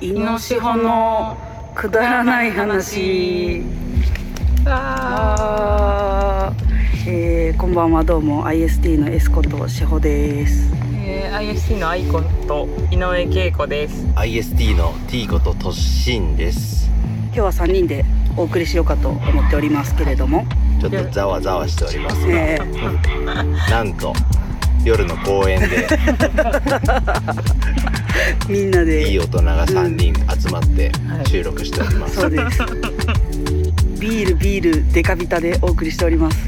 イノシホのくだらない話あーえーこんばんはどうも IST のエスコとシホですえー IST のアイコンと井上恵子です。 IST の T こととしんです今日は3人でお送りしようかと思っておりますけれども、ちょっとざわざわしておりますがえーなんと夜の公園 でみんないいで大人が3人集まってはい収録しております、そうですビールビールデカビタでお送りしております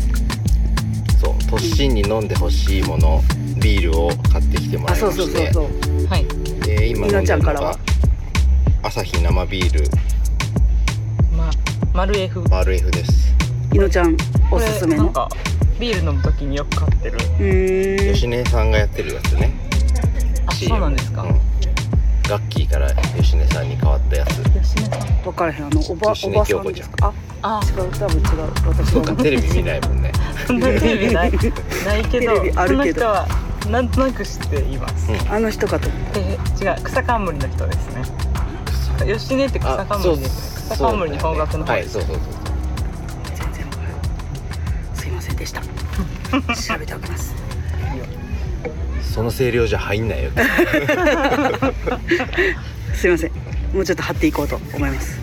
そうとしんに飲んでほしいものビールを買ってきてもあらいそまうそうしそうてそうはい。で今み飲のんちでゃんるかのらはが朝日生ビールまあ丸 F。丸 F ですいのちゃんおすすめこれなのんかビール飲むときによく買ってる。うーん吉根さんがやってるやつねあ、 CM そうなんですか。うんガッキーから吉根さんに変わったやつ吉野さん。分からへんあのおば吉お根ばさ京ん子でちゃんすかああ、違う多分違う私そうのかテレビ見ないもんねそんなテレビ ない。ないけど、テレビあるけどその人はなんとなく知っています。うんあの人かとえー違う、草冠の人ですね。吉根って草冠ですね。草冠に方角の方はでいす。そうそうそう全然わからないすいませんでした調べておきますその声量じゃ入んないよすいませんもうちょっと貼っていこうと思います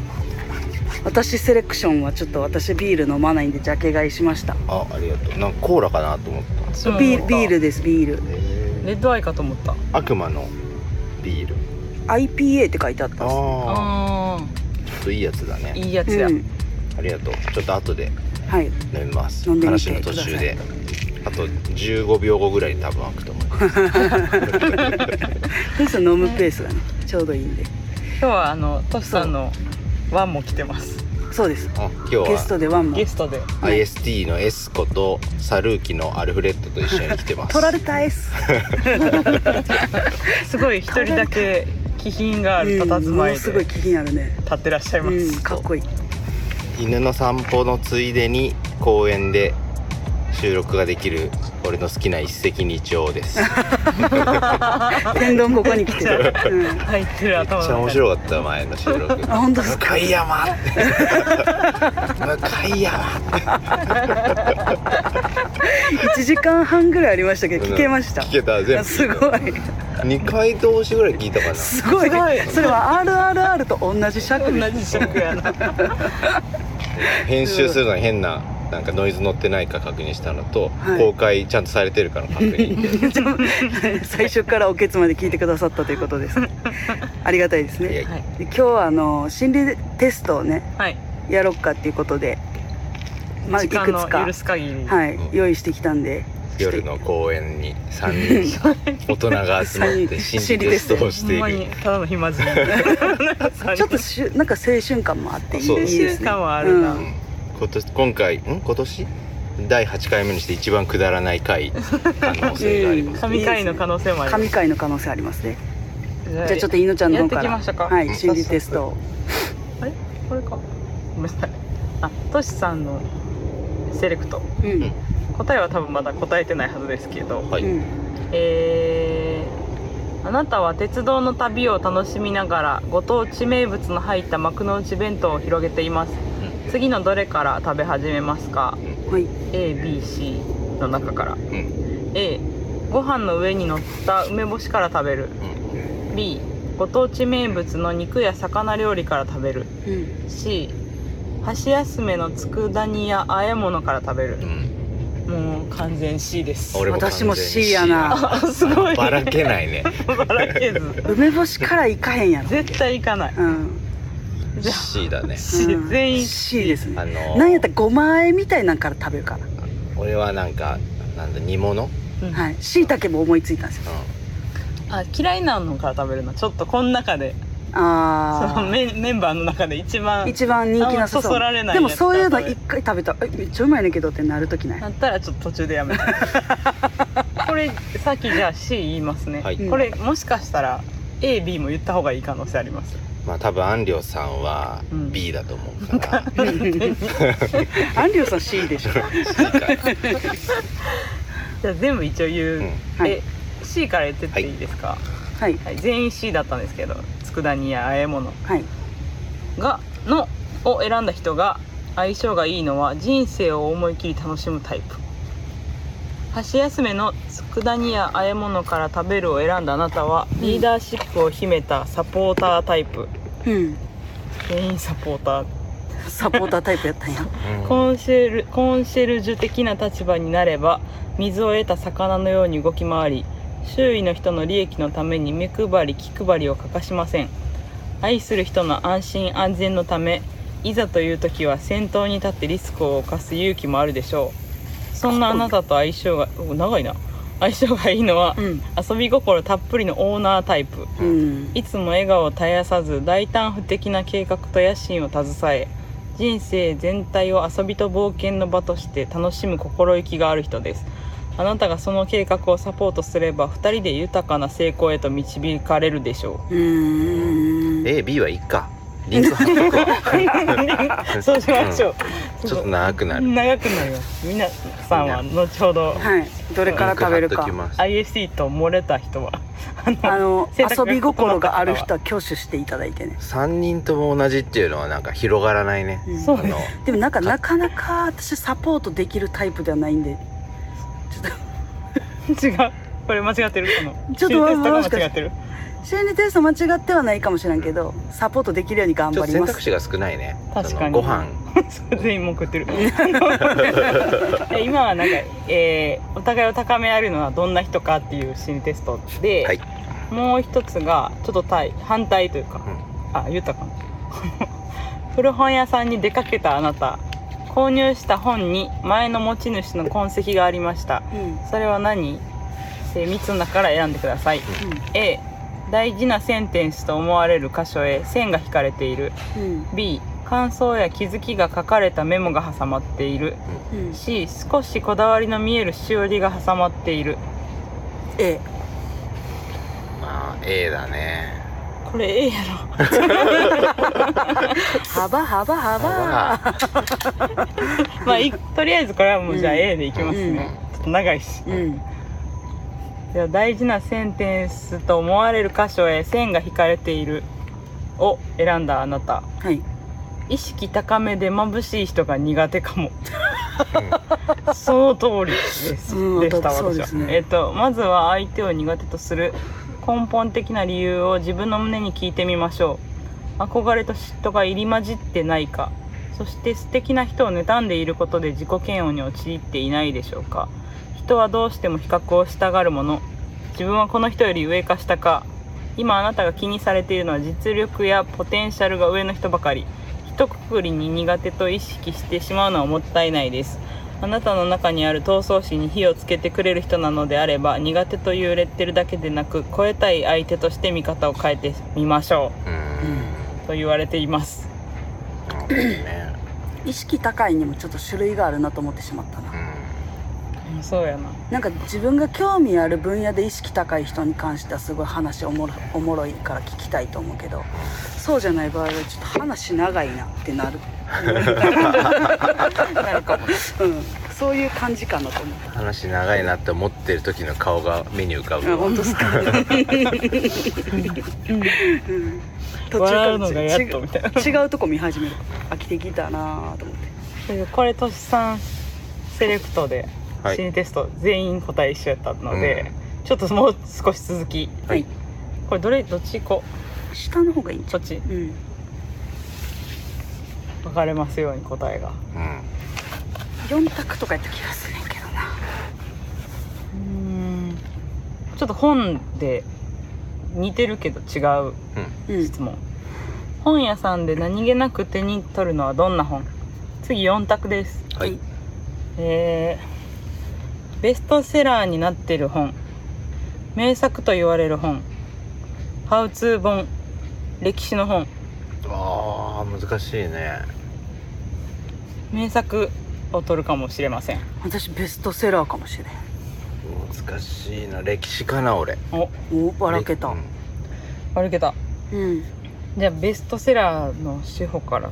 私セレクションはちょっと私ビール飲まないんでジャケ買いしましたあありがとうなんかコーラかなと思ったそうなんだビールビールですビールレッドアイかと思った。悪魔のビール IPA って書いてあったんですあああちょっといいやつだあ、ねいいやつや。うん、ありがとうちょっと後ではい飲みます飲んでみて話の途中であと15秒後ぐらいに多分開くと思いますペース飲むペースがねちょうどいいんで今日はあのトシさんのワンも来てます。そうですあ今日ゲスはトでワンもゲストで。 IST のエスコとサルーキのアルフレッドと一緒に来てます取られたエスすごい一人だけ気品があるうん佇もまのいですごい立気になるねってらっしゃいまうんす。かっこいい犬の散歩のついでに公園で収録ができる俺の好きな一石二鳥ですめっ天丼ここに来てる、うん入ってる頭ちゃの面中に。白かった前の収録あ本当ですか向山向山1時間半ぐらいありましたけど聞けました聞けた全部すごい2回通しぐらい聞いたかなすごいすごいそれは RRR と同じ尺で同じ尺やな。編集するのに変ななんかノイズ乗ってないか確認したのと、はい公開ちゃんとされてるかの確認 で最初からおけつまで聞いてくださったということですありがたいですいやねはい。で今日はあの心理テストをねはい。やろうかっていうことでまあい時くつ間のか許す限り。はういん用意してきたんで夜の公園に3人 大人が集まって心理テストをしほてんいまるにただの暇人。 ちょっとしゅなんか青春感もあっていいそういいですね青春感はあるなうん今年今回ん今年第8回目にして一番くだらない回可能性があります、神回の可能性もあ神る。回の可能性ありますねじじゃあちょっと犬ちゃんの方かやっていきらましょうかはい心理テストをこれか。ごめんなさい。あ、トシさんのセレクト。うん答えは多分まだ答えてないはずですけど。はうい、んえーあなたは鉄道の旅を楽しみながらご当地名物の入った幕の内弁当を広げています次のどれから食べ始めますかはい ABC の中からうんうん A ご飯の上に乗った梅干しから食べる B ご当地名物の肉や魚料理から食べるうん C 箸休めの佃煮や和え物から食べるうんうんもう完全 C です俺も完全に私も C やなあ すごいばらけないね ばらけず梅干しからいかへんやろ絶対行かないうんじゃあ C だねしうん全員 C ですねあのなんやったらごま和えみたいなんから食べるから俺はなんかなんだ煮物、うん、はい椎茸も思いついたんですよあ嫌いなのから食べるのちょっとこの中でそのあメンメンバーの中で一あ番一番人気なさあんまそそうそられないでもそういうのやつ一回食べたらえめっちゃうまいねんけどってなると きなないったらちょっと途中でやめて これさっきじゃあ C 言いますね、はい、うんこれもしかしたら AB も言った方がいい可能性ありますまあ多分安良さんは B だと思うから、アンリオさん C でしょ C かじゃあ全部一応言う、うんはいえ C から言ってっていいですか、はいはい全員 C だったんですけどつ佃煮や和え物はいがのを選んだ人が相性がいいのは人生を思い切り楽しむタイプ箸休めの佃煮や和え物から食べるを選んだあなたはリーダーシップを秘めたサポータータイプうん全員サポーターサポータータイプやったんやコンシェルコンシェルジュ的な立場になれば水を得た魚のように動き回り周囲の人の利益のために目配り気配りを欠かしません愛する人の安心安全のためいざという時は先頭に立ってリスクを冒す勇気もあるでしょうそんなあなたと相性がお長いな相性がいいのはうん遊び心たっぷりのオーナータイプうんいつも笑顔を絶やさず大胆不敵な計画と野心を携え人生全体を遊びと冒険の場として楽しむ心意気がある人ですあなたがその計画をサポートすれば2人で豊かな成功へと導かれるでしょうーん AB はいいかリンク貼っとく わうそうしましょう、ちょっと長くなる長くなります皆さんは後ほどはいどれから食べるリンク貼っかときます IFC と漏れた人は あのあの選択遊がび心がある人は挙手していただいてね3人とも同じっていうのはなんか広がらないね、うんそうあねのでもなんかなかなか私サポートできるタイプではないんで違うこれ間違ってるこのちょっとシーテストがもしかして間違ってる心理テスト間違ってはないかもしれんけどサポートできるように頑ちょ張っとり選ま択す肢が少ないね確かにそのご 飯全員もう食って るで今はなんか、えーお互いを高め合えるのはどんな人かっていう心理テストで、はい、もう一つがちょっと対反対というか、あ言ったかな 古本屋さんに出かけたあなた購入した本に前の持ち主の痕跡がありましたうんそれは何えー三つの中から選んでください、う A 大事なセンテンスと思われる箇所へ線が引かれているうん B 感想や気づきが書かれたメモが挟まっているうん C 少しこだわりの見えるしおりが挟まっている A まあ A だねこれ A や幅幅幅まあろまあい とりあえずこれはもうじゃあうん A でいきますね、ちょっと長いしうんじゃあ大事なセンテンスと思われる箇所へ線が引かれているを選んだあなたはい意識高めで眩しい人が苦手かも その通りです、うんでした私そう私では、すねえっとまずは相手を苦手とする根本的な理由を自分の胸に聞いてみましょう憧れと嫉妬が入り混じってないかそして素敵な人を妬んでいることで自己嫌悪に陥っていないでしょうか人はどうしても比較をしたがるもの自分はこの人より上か下か今あなたが気にされているのは実力やポテンシャルが上の人ばかり一括りに苦手と意識してしまうのはもったいないですあなたの中にある闘争心に火をつけてくれる人なのであれば苦手というレッテルだけでなく超えたい相手として見方を変えてみましょううんんうと言われていますなるほどね意識高いにもちょっと種類があるなと思ってしまったなうんそうやななんか自分が興味ある分野で意識高い人に関してはすごい話おもろおもろいから聞きたいと思うけどそうじゃない場合はちょっと話長いなってなるなるかも、うん、そういう感じかなと思うん話長いなって思ってる時の顔が目に浮かぶうわ本当ですか、うん、途中から笑うのがやっとみたいな違う違うとこ見始める飽きてきたなぁと思ってこれとしさんセレクトではい心理テスト全員答え一緒やったので、ちょっともう少し続きはいこれどれどっち行こ下の方がいいんうちゃこっちううん分かれますように答えがうん4択とかやった気がするんやけどなうんちょっと本で似てるけど違ううん質問、本屋さんで何気なく手に取るのはどんな本次4択ですははいいえーベストセラーになってる本名作と言われる本ハウツー本歴史の本あー難しいね名作を取るかもしれません私ベストセラーかもしれん難しいな歴史かな俺おおばらけたうん悪けたうんじゃあベストセラーの司法から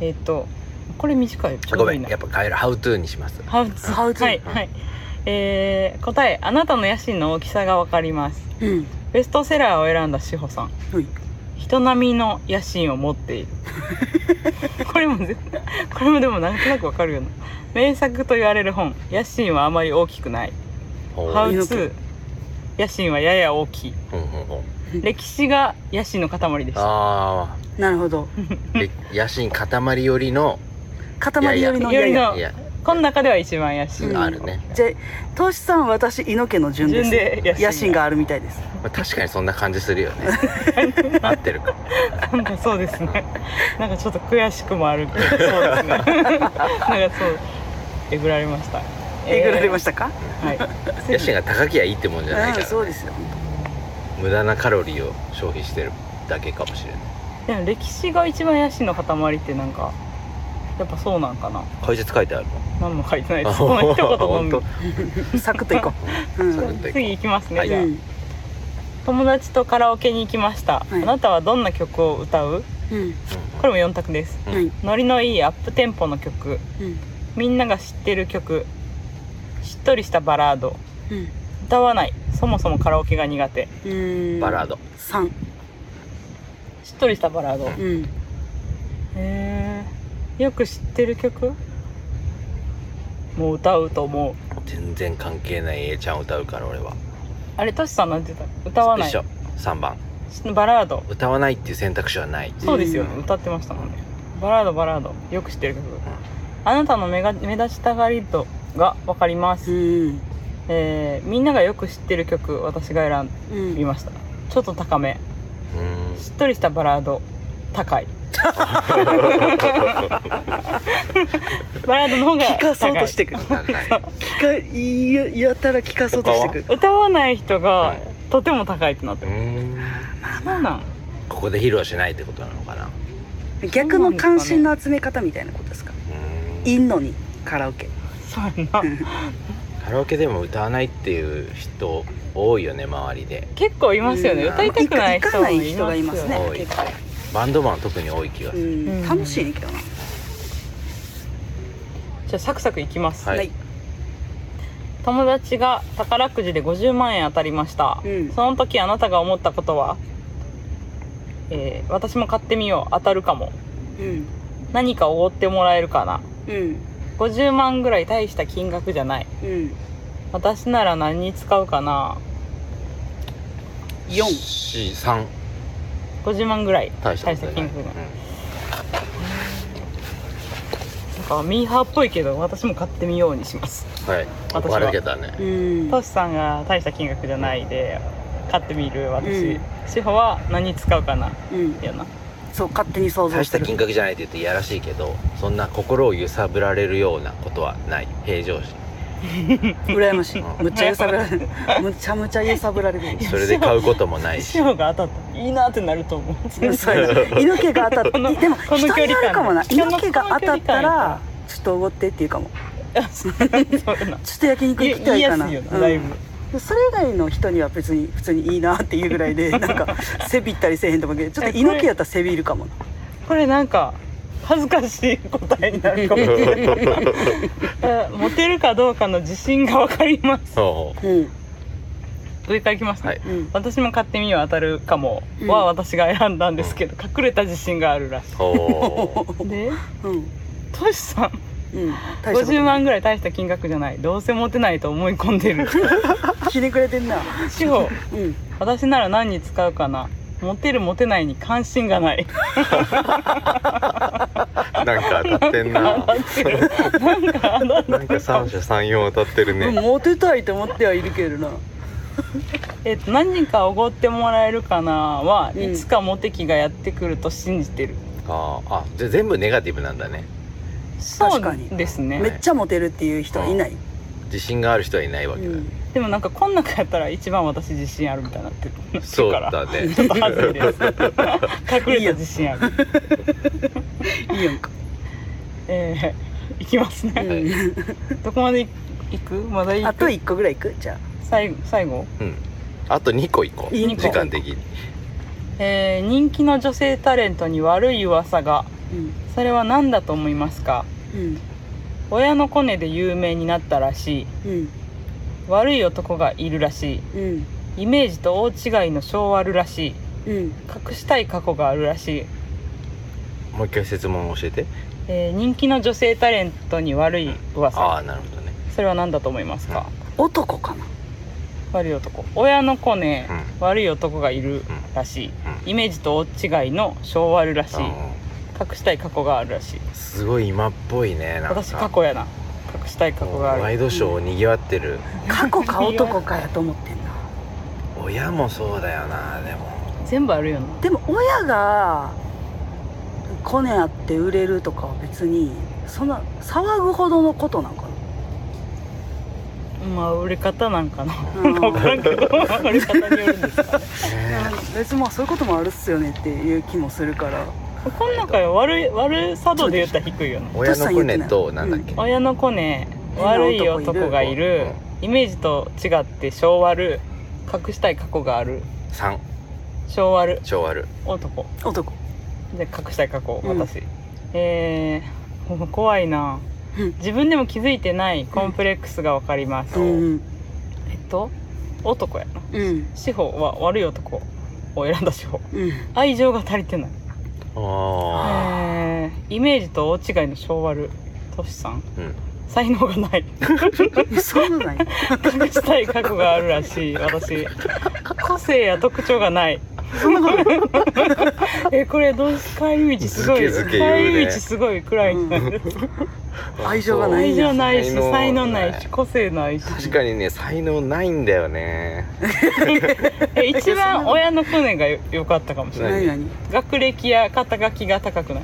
えっ、とこれ短いちょうどごめいいんなやっぱ変えるハウトゥーにしますハウツハウツはいはい、えー答えあなたの野心の大きさがわかりますうんベストセラーを選んだ志保さんはい一人並みの野心を持っている これもぜこれもでもなんとなくわかるよな名作と言われる本野心はあまり大きくないほうハウいツー野心はやや大きいほうほうほう歴史が野心の塊でしたあなるほどあ野心塊よりの塊よりのいやいややあいやこの中では一番野う心んあるね、じゃあ投資さん私猪木の順です順で野心が野心があるみたいですまあ、確かにそんな感じするよ ね合ってるかなんか そうですねなんかちょっと悔しくもあるけどそうですね なんかそうえぐられましたえぐられまししたか、た、はい、 野心が高きゃいいってもんじゃないかうんら、そうですよ無駄なカロリーを消費してるだけかもしれないでも歴史が一番野心の塊ってなんかやっぱそうなんかな解説書いてある何も書いてないでのすこの一言の 本サクッといこ う、うんサクッみ次行きますね、はいじゃあうん友達とカラオケに行きました、はいあなたはどんな曲を歌ううんこれも4択ですうんはいノリのいいアップテンポの曲うんみんなが知ってる曲しっとりしたバラードうん歌わないそもそもカラオケが苦手うーんバラード三しっとりしたバラードうんへえよく知ってる曲もう歌うと思う全然関係ない A ちゃんを歌うから俺はあれトシさんなんて言った歌わない一緒3番バラード歌わないっていう選択肢はないそうですよね、うん歌ってましたもんねバラードバラードよく知ってる曲あなたの目が目立ちたがり度が分かりまうす、んえーみんながよく知ってる曲私が選うんびましたちょっと高めうんしっとりしたバラード高いバラードの方が聞高いかそうとしてくる 高い聞かいややたら聞かそうとしてくる歌わない人はがいとても高いってなってうるんそうなんここで披露しないってことなのかな逆の関心の集め方みたいなことですかうんいんのにカラオケそうやなカラオケでも歌わないっていう人多いよね周りで結構いますよねうん歌いたくない人行かもいますよない人がいますね多い結構バンドマン特に多い気がうする、んうん楽しいねけどなじゃあサクサクいきます、はいはい友達が宝くじで50万円当たりました、うんその時あなたが思ったことは、えー私も買ってみよう当たるかもうん何かおごってもらえるかなうん50万ぐらい大した金額じゃないうん私なら何に使うかな四43 50万ぐらい大したことな大いした金額ないなんかミーハーっぽいけど私も買ってみようにしますうんはい私は笑けたねうんトシさんが大した金額じゃないで買ってみる私、うん志保は何に使うかなうんやなそう勝手に想像大ししてたる金額じゃないって言っていやらしいけどそんな心を揺さぶられるようなことはない平常心 羨ましいうんむっちゃ揺さぶられ るむちゃむちゃ揺さぶられるそれで買うこともないし志保が当たったらいいなってなると 思うそうやな猪木が 当たったこのでもこの人によるかもな距離感猪木が当たったらちょっとおごってって言うかもそうやなちょっと焼肉行き たいかな言いやすいようなんだいぶ、それ以外の人には別に普通にいいなっていうぐらいでなん か背びったりせえへんと思うけどちょっと猪木やったら背びるかもなこれなんか恥ずかしい答えになるかもしれない えモテるかどうかの自信がわかりますそうん上からいきますね、はいうん私も買ってみよう当たるかもうんは私が選んだんですけど、隠れた自信があるらしうほいでうんトシさんうん大したこと50ない万ぐらい大した金額じゃないどうせモテないと思い込んでるひねくれてんな志保うん私なら何に使うかなモテるモテないに関心がないうなんか当たってんななんかあのなんか三者三様当たってるねモテたいと思ってはいるけどなえっと何かおごってもらえるかなは、うんいつかモテ期がやってくると信じてるあーあじゃあ全部ネガティブなんだねそ確かにうですめねっちゃモテるっていう人はいない自信がある人はいないわけだ、うんでもなんかこん中やったら一番私自信あるみたいになってるそうだからだねちょっと恥ず いです隠れた自信あるいいやんかえー、いきますうね、んどこまで行くまだ行くあと1個ぐらいいくじゃ最後最後うんあと2個いこう二個時間的にえー人気の女性タレントに悪い噂があうんそれは何だと思いますかうん親のコネで有名になったらしいうん悪い男がいるらしうんいイメージと大違いの性悪らしういん隠したい過去があるらしい、もう一回説問を教えてえー人気の女性タレントに悪いあ噂あなるほどねそれは何だと思いますか、男かな悪い男親の子ね、う悪い男がいるらしい、うイメージと大違いの性悪らしいうん隠したい過去があるらしいすごい今っぽいねなんか私過去やな隠したい過去があワイるドショーにぎわってる、過去か男かやと思ってんな親もそうだよなでも全部あるよなでも親がコネあって売れるとかは別にそんな騒ぐほどのことなんかなまあ売れ方なんかな うん分からんけど売れ方によるんですかね別にまあそういうこともあるっすよねっていう気もするからこの中よ悪い悪さ度で言ったら低いよな親の船となんだっけ、親の子ね悪い男がいるイメージと違って性悪隠したい過去がある三性悪超ある男男で隠したい過去うん私、えー、怖いなうん自分でも気づいてないコンプレックスが分かります、うんえっと男やなうん司法は悪い男を選んだ司法うん愛情が足りてないあえーイメージと大違いの性悪トシさんあうん才能がないえそうなんや隠したい過去があるらしい 私個性や特徴がない えこれどうし帰り道すごいずけずけ言うね帰り道すごい暗い、うん愛情がない愛情ないし才能ない才能ないし個性ないし確かにね才能ないんだよね え一番親の去年がよ良かったかもしれな何い何学歴や肩書きが高くない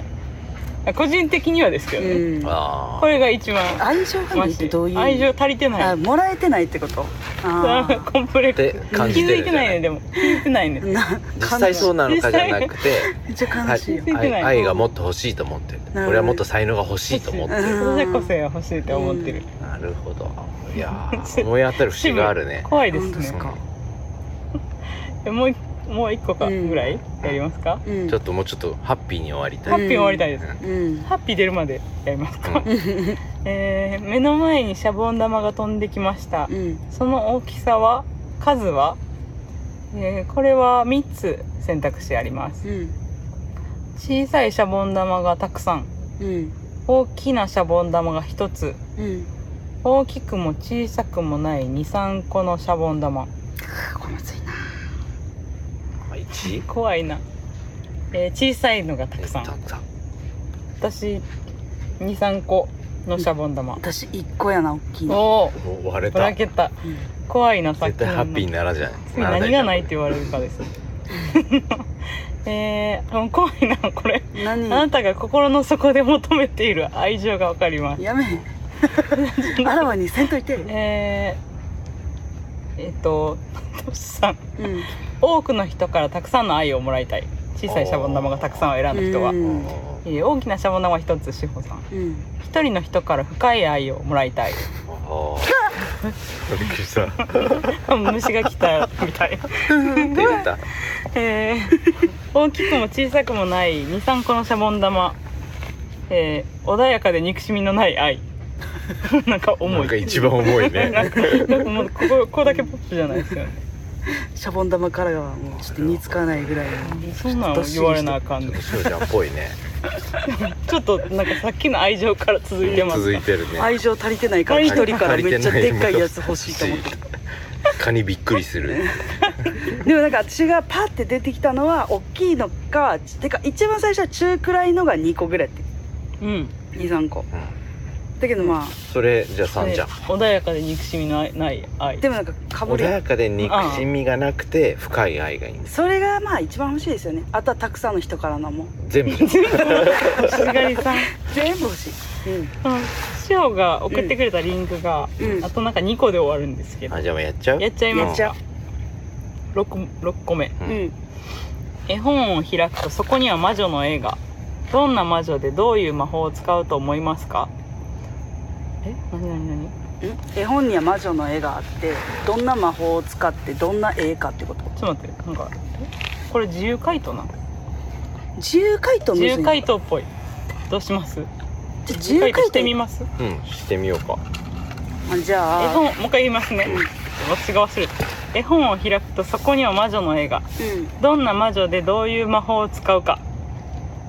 あ個人的にはですけどね、うんあこれが一番愛情がなマいっジてどういう愛情足りてないあもらえてないってことあ コンプレックっスて感じて気づるいてないねでも気づいてないねあな実際そうなのかじゃなくてめっちゃ悲はいしいよ、は愛愛がもっと欲しいと思ってるどね俺はもっと才能が欲しいと思ってるそれで個性が欲しいって思ってる、 なるほどいやー思い当たる節があるね怖いで本当ですすかねえもう一もう一個かうんぐらいやりますか、うんちょっともうちょっとハッピーに終わりたハうッんいピー終わりたいです、うんハッピー出るまでやりますか、うえー目の前にシャボン玉が飛んできました、うんその大きさは数は、えーこれは3つ選択肢ありますうん小さいシャボン玉がたくさんうん大きなシャボン玉が1つうん大きくも小さくもない23個のシャボン玉このついな1怖いな、えー小さいのがたくさたんくさん私23個のシャボン玉私一個やな大きいのおおお割れぶらたけ絶た怖いなさっき対のハッピーにならじゃ次ない何がないってい言われるか ですえー、もう怖いなこれ、何あなたが心の底で求めている愛情がわかりますやめへんあらわにせんといてうんえー、えっとトシさん多くの人からたくさんの愛をもらいたい小さいシャボン玉がたくさんを選んだ人は、うんえー大きなシャボン玉は一つ志保さんうん一人の人から深い愛をもらいたいびっくりした虫が来たみたい、って言ったえー大きくも小さくもない23個のシャボン玉、えー穏やかで憎しみのない愛 なんか重いなんか一番重い ねなんかなんかもうここここだけポップじゃないですよねシャボン玉からはもうちょっと似つかないぐらいのそんなん言われなあかんねしおちゃんっぽいねちょっとなんかさっきの愛情から続いてます続いてるね愛情足りてないから一足り人からめっちゃでっかいやつ欲しいと思 って蚊にびっくりするでもなんか私がパッて出てきたのは大きいのかてか一番最初は中くらいのが2個ぐらいやっうんて23個だけどまあそれじゃあ3じゃんで穏やかで憎しみのないない愛でもなんかかぶ穏りやかで憎しみがなくて深い愛がいいんですそれがまあ一番欲しいですよねあとはたくさんの人からのも全 部全部しがりさん全部欲しいシオが送ってくれたリンクが、うん、うんあ、となんか2個で終わるんですけどあじゃあもうやっちゃうやっちゃいやまっすちゃ 6, 六個目ううん絵本を開くとそこには魔女の絵がどんな魔女でどういう魔法を使うと思いますかえ何何何絵本には魔女の絵があってどんな魔法を使ってどんな絵かってことちょっと待ってなんかえこれ自由回答なの自由回答む自ずい由回答っぽいどうします自由回答してみますうんしてみようかあじ絵ゃあ本もう一回言いますね、私が忘れた絵本を開くとそこには魔女の絵がどんな魔女でどういう魔法を使うか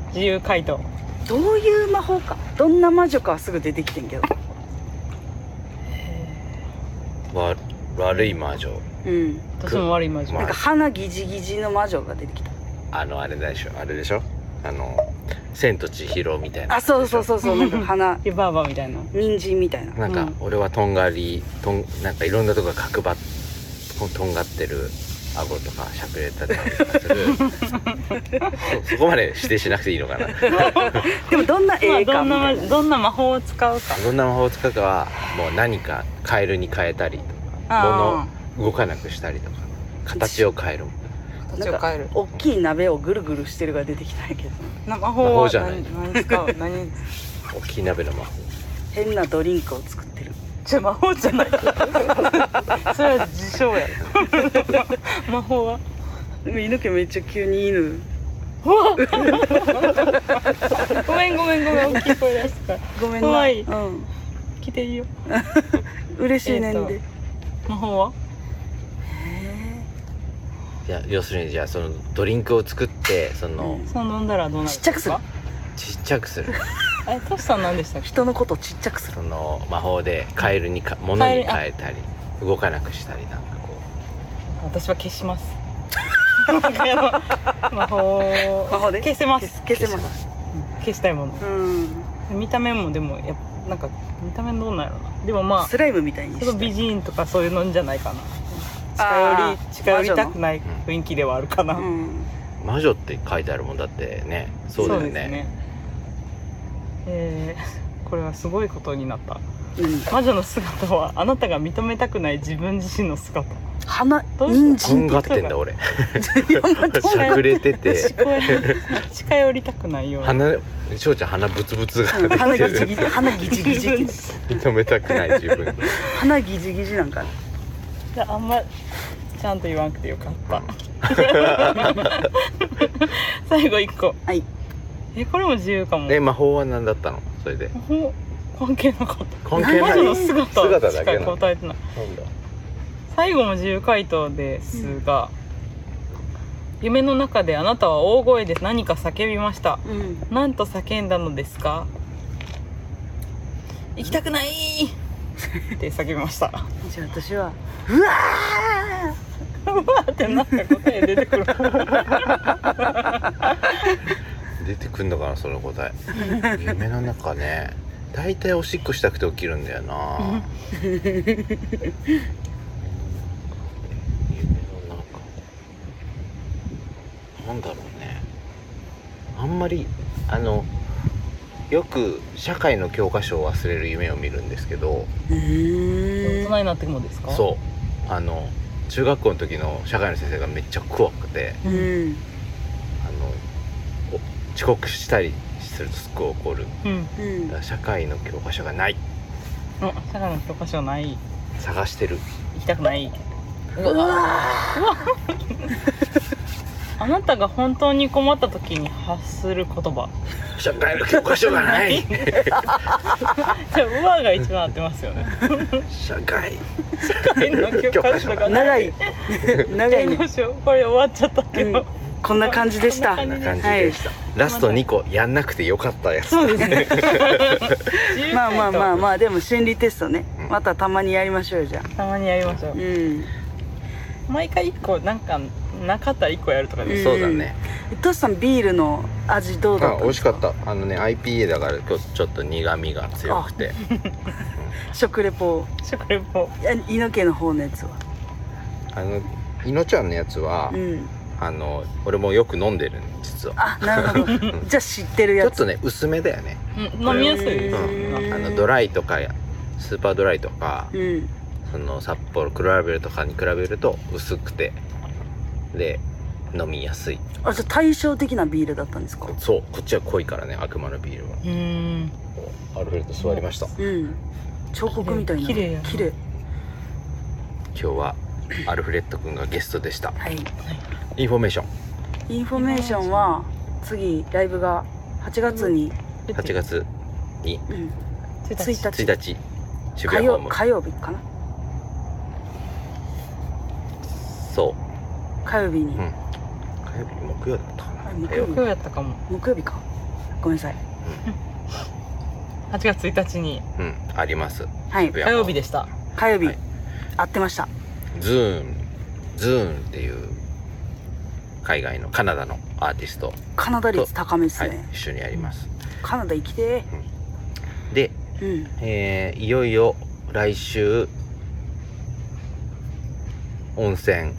自由回答どういう魔法かどんな魔女かはすぐ出てきてんけどわ悪い魔女うん私も悪い魔女、まなんか鼻ギジギジの魔女が出てきたあのあれでしょあれでしょあの「千と千尋」みたいなあそうそうそうそうなんか鼻リバーバみたいな人参みたいななんか、うん俺はとんがりとんなんかいろんなとこが角ばととんがってる顎とかしゃくれたりとかするそそこまで指定しなくていいのかなでもどんなまあ絵どかんみなた魔いなどんな魔法を使うかどんな魔法を使うかはもう何かカエルに変えたりとかあ物を動かなくしたりとか形を変える形を変える大きい鍋をぐるぐるしてるが出てきたんやけどな魔法は魔法じゃない何何使う何 大きい鍋の魔法変なドリンクを作ってるじゃ魔法じゃない それは自称や 魔法はでも犬家めっちゃ急に犬ごめんごめんごめん大きい声出したからごめんかなわいいうん、来ていいよ嬉しいねんで、えー魔法はいや要するにじゃあそのドリンクを作ってそのそう飲んだらどうなるちっちゃくするちっちゃくするえトシさん何でしたっけ人のことちっちゃくするその魔法でカエルにか物に変えたり動かなくしたりなんかこ私は消し ますなんかやろう魔法を魔法で消せます消せますす消したいものうん見た目もでもやっぱなんか見た目どうなんやろなでもまあスライムみたいにすごいして美人とかそういうのんじゃないかな近あ寄りー近寄りた魔女くない雰囲気ではあるかな、うん魔女って書いてあるもんだってねそうだよねですえーこれはすごいことになったうん魔女の姿はあなたが認めたくない自分自身の姿花ど人うとん参がってんだ俺いやまあどう しゃくれてて近寄り 近寄りたくないような鼻翔ちゃん鼻ブツブツうんが鼻出ギてジるギジ鼻ギジギジって認めたくない自分鼻ギジギジなんかなじゃああんまちゃんと言わなくてよかった最後一個はいえこれも自由かもで魔法は何だったのそれでほ関係なかった関係な魔い女の姿姿しだけかなの答えてないなんだ最後も自由回答ですが、夢の中であなたは大声で何か叫びましたうんなんと叫んだのですか行きたくないって叫びましたじゃあ私はうわーうわーってなんか答え出てくる出てくんのかなその答え夢の中ね大体おしっこしたくて起きるんだよな夢の中なんだろうねあんまりあのよく社会の教科書を忘れる夢を見るんですけどう大ーん人になってもですかそうあの中学校の時の社会の先生がめっちゃ怖くてうんあのお遅刻したりするとすっごい怒るう、うん、うん社会の教科書がないあ社会の教科書ない探してる行きたくないうわあなたが本当に困った時に発する言葉社会の教科書がないじゃあうわーが一番合ってますよね社会社会の教科書ーが長い 長い弁護ね士をこれ終わっちゃったけど、うんこんな感じでしたここんんなな感感じじででし、したラスト2個やんなくてよかったやつそうですねまあまあまああまあでも心理テストねうんまたたまにやりましょうよじゃあたまにやりましょううん毎回1個なんかなかったら1個やるとかうでんす、そうだね、トシさんビールの味どうだあっ美味しかったたあのね IPA だから今日ちょっと苦味が強くて食レポ食レポいや猪木の方のやつはあのいのちゃんのやつは、うんあの俺もよく飲んでるの実はあなるほ どじゃあ知ってるちょやっつとね薄めだよね、うん飲みやすいですよへねーあのドライとかスーパードライとか、うんその札幌黒ラベルとかに比べると薄くてで飲みやすいあじゃあ対照的なビールだったんですかそうこっちは濃いからね悪魔のビールはうんアルフレッド座りました今うん彫刻みたいな綺麗やな綺麗日はアルフレッド君がゲストでしたはいインフォメーションインフォメーションは次ライブが8月に、 8月にうん、 1 1日日1日渋火谷ホー曜ム火曜日かな火曜日に、うん火曜日木曜だったかあな木火曜曜日日今日やったかも木曜日かごめんなさい8月1日にうんありますはい渋谷火曜日でした火曜日、はい合ってましたズーンズーンっていう海外のカナダのアーティスト、カナダ率高めですはね、い、一緒にやりますカナダ行きてで、ーうんえーいよいよ来週温泉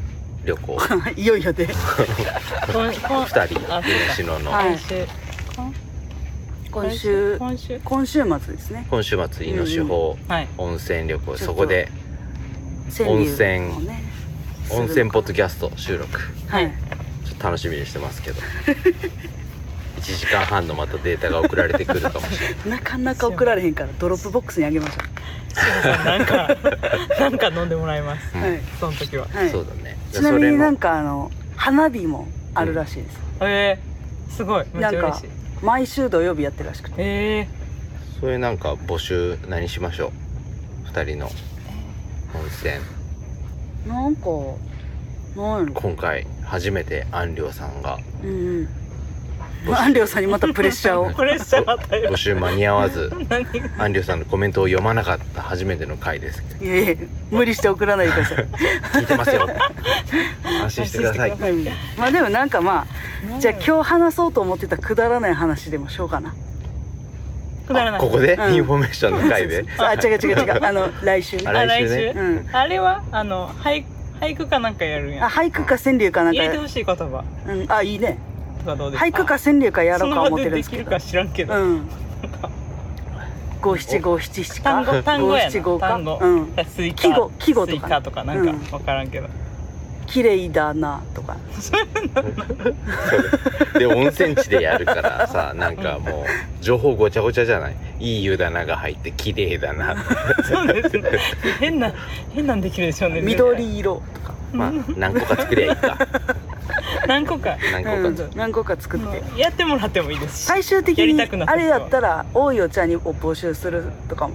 旅行 いよいよでこんこん2人あそう吉野の かはい今週今週今週今週末ですね今週末イノシホはい温泉旅行ちょっとそこで川柳を温泉ね温泉ポッドするキャスト収録かはいちょっと楽しみにしてます けど1時間半のまたデータが送られてくるかもしれなないかなか送られへんからドロップボックスにあげましょなん かなんか飲んでもらいますう、うんはいその時ははいそうだね。ちなみになんかかあの花火もあるらしいです、えー、すごいめっちゃ嬉しい毎週土曜日やってるらしくてえそういうなんか募集何しましょう。二人の温泉。なんかなんやろ今回初めて安良さんがうんうん安良さんにまたプレッシャーを ー、プレッシャー与える 募集間に合わず何安良さんのコメントを読まなかった初めての回ですけど。いやいや無理して送らないでください、聞いてますよ。安心してください。うんまあでもなんかまあじゃあ今日話そうと思ってたくだらない話でもしようかなくだらないここで、うんインフォメーションの回で。 あ違う違う違うあの来週あねあ来週ね来週うんあれはあの俳俳句かなんかやるんあや俳句か川柳かなん入れてかほしい言葉うんあいいねとかどうですか俳句か川柳かやそろうかの場思ってでるんでですきけるどか知らんけど、うん五七五七七単か語単語や五七な五か単語、うんスイカ季語季語とかスイカとかなんうんかわからんけど、綺麗だなとかで温泉地でやるからさなんかもう情報ごちゃごちゃじゃないいい湯だなが入って綺麗だなそうですね変な変なんできるでしょうね緑色とかまあ何個か作りゃいいか何個か何う個んか何個か作ってもうやってもらってもいいですし最終的やりにたくなったあ人れはやったら多いお茶にを募集するとかも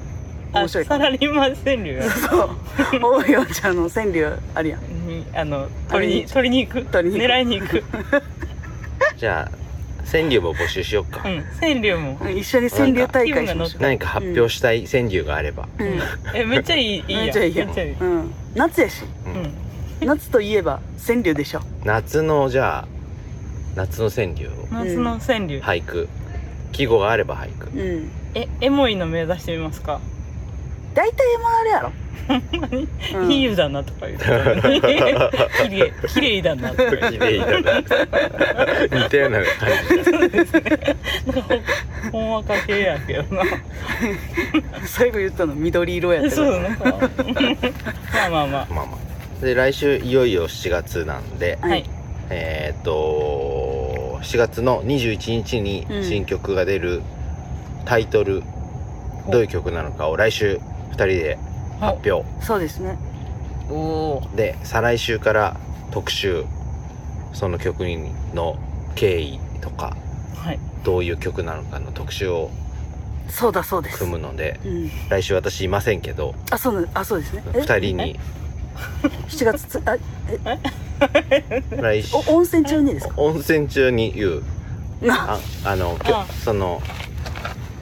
面白いサかもラリーマン川柳そう多いお茶の川柳あるやんにあのあれ取りに取りに行く取りに行く狙いに行く、じゃあ川柳も募集しよっか、うん、川柳もうん一緒に川柳大会しましょ何か発表したい川柳があれば、ううんえめっちゃいいいいやめっちゃいいやんめっちゃいい、うん夏やしうんうん夏といえば川柳でしょ夏のじゃあ夏の川柳を夏の川柳、俳句季語があれば俳句うんえエモいの目指してみますか、大体もあれやろうんいい湯だなとか 言ってたのにきれいきれいだなとか言って綺麗だな似たような感じだなんか ほほんわか系やけどな最後言ったの緑色やったそかうらなんかまあまあままあまあで来週いよいよ7月なんであはいえーっと7月の21日にうん新曲が出るタイトル、どういう曲なのかを来週2人で発表そうですねおおーで再来週から特集その曲にの経緯とかはいどういう曲なのかの特集をそうだそうです組むのでうん来週私いませんけどあそうなあそうですねえ2人に7月つあ来週お温泉中にですか温泉中に言うなああのきょあその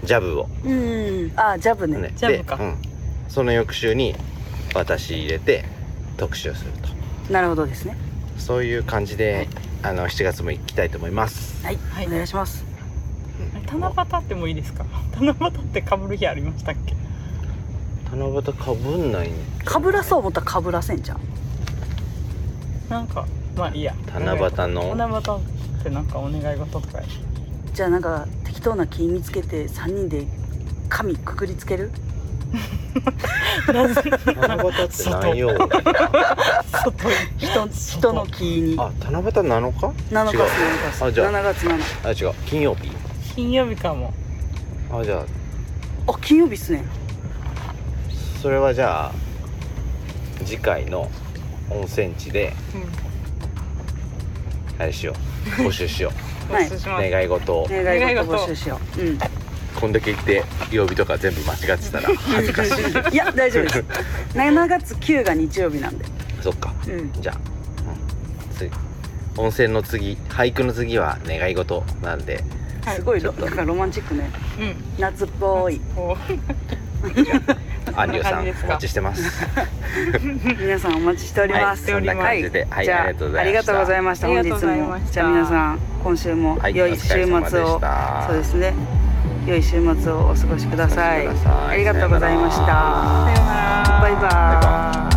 ジャブをうんあジャブねねジャブかでうん、その翌週に私入れて特集するとなるほどですねそういう感じであの7月も行きたいと思います、はい、はいお願いしますうん七夕ってもいいですか七夕ってかぶる日ありましたっけ七夕かぶんないかぶらそう思ったらかぶらせんじゃんなんかまあいいや七夕の七夕ってなんかお願い事とかやじゃあなんか適当な木見つけて3人で紙くくりつける七夕って何曜日外に人人の木にあ七夕7日7月違うあじゃあ7月7日あ違う金曜日金曜日かもあじゃああ金曜日っすねそれはじゃあ次回の温泉地であれしよう募集しよおはい願いしうます願い事を願い願い事事募集しよううんこんだけ言って曜日とか全部間違っ てたら恥ずかしいいや大丈夫です7月9が日曜日なんでそっかうんじゃあ、うん、つ温泉の次俳句の次は願い事なんで、すごいちょロっとなんかロマンチックねうん夏っぽいこアンリューさこんんな感じですおか待ちしてます。皆さんお待ちしております、そんな感じで、はい、じゃあありがとうごあざいました。りがとうございました本日もありがとうございましたじゃあ皆さん今週もはい良い週末を、お疲れ様でしたそうですね良い週末をお過ごしくださいお過ごしくださいありがとうございましさようたさよならバイババイバイ